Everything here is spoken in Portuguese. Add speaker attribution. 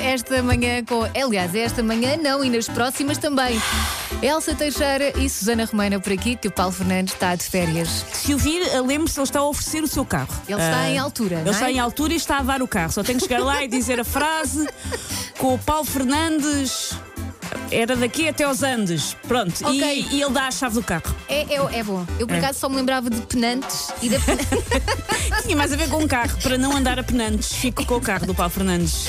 Speaker 1: esta manhã com. Aliás, esta manhã não e nas próximas também. Elsa Teixeira e Susana Romana por aqui, que o Paulo Fernandes está de férias.
Speaker 2: Se ouvir, lembre-se, ele está a oferecer o seu carro.
Speaker 1: Ele está
Speaker 2: Ah,
Speaker 1: em altura,
Speaker 2: Ele
Speaker 1: não
Speaker 2: está
Speaker 1: é?
Speaker 2: em altura e está a dar o carro. Só tenho que chegar lá e dizer a frase com o Paulo Fernandes. Era daqui até aos Andes. Pronto. E-
Speaker 1: Ok.
Speaker 2: E, ele dá a chave do carro.
Speaker 1: É, é, é bom. Eu por acaso só me lembrava de penantes e da
Speaker 2: Tinha mais a ver com o carro, para não andar a penantes. Fico com o carro do Paulo Fernandes.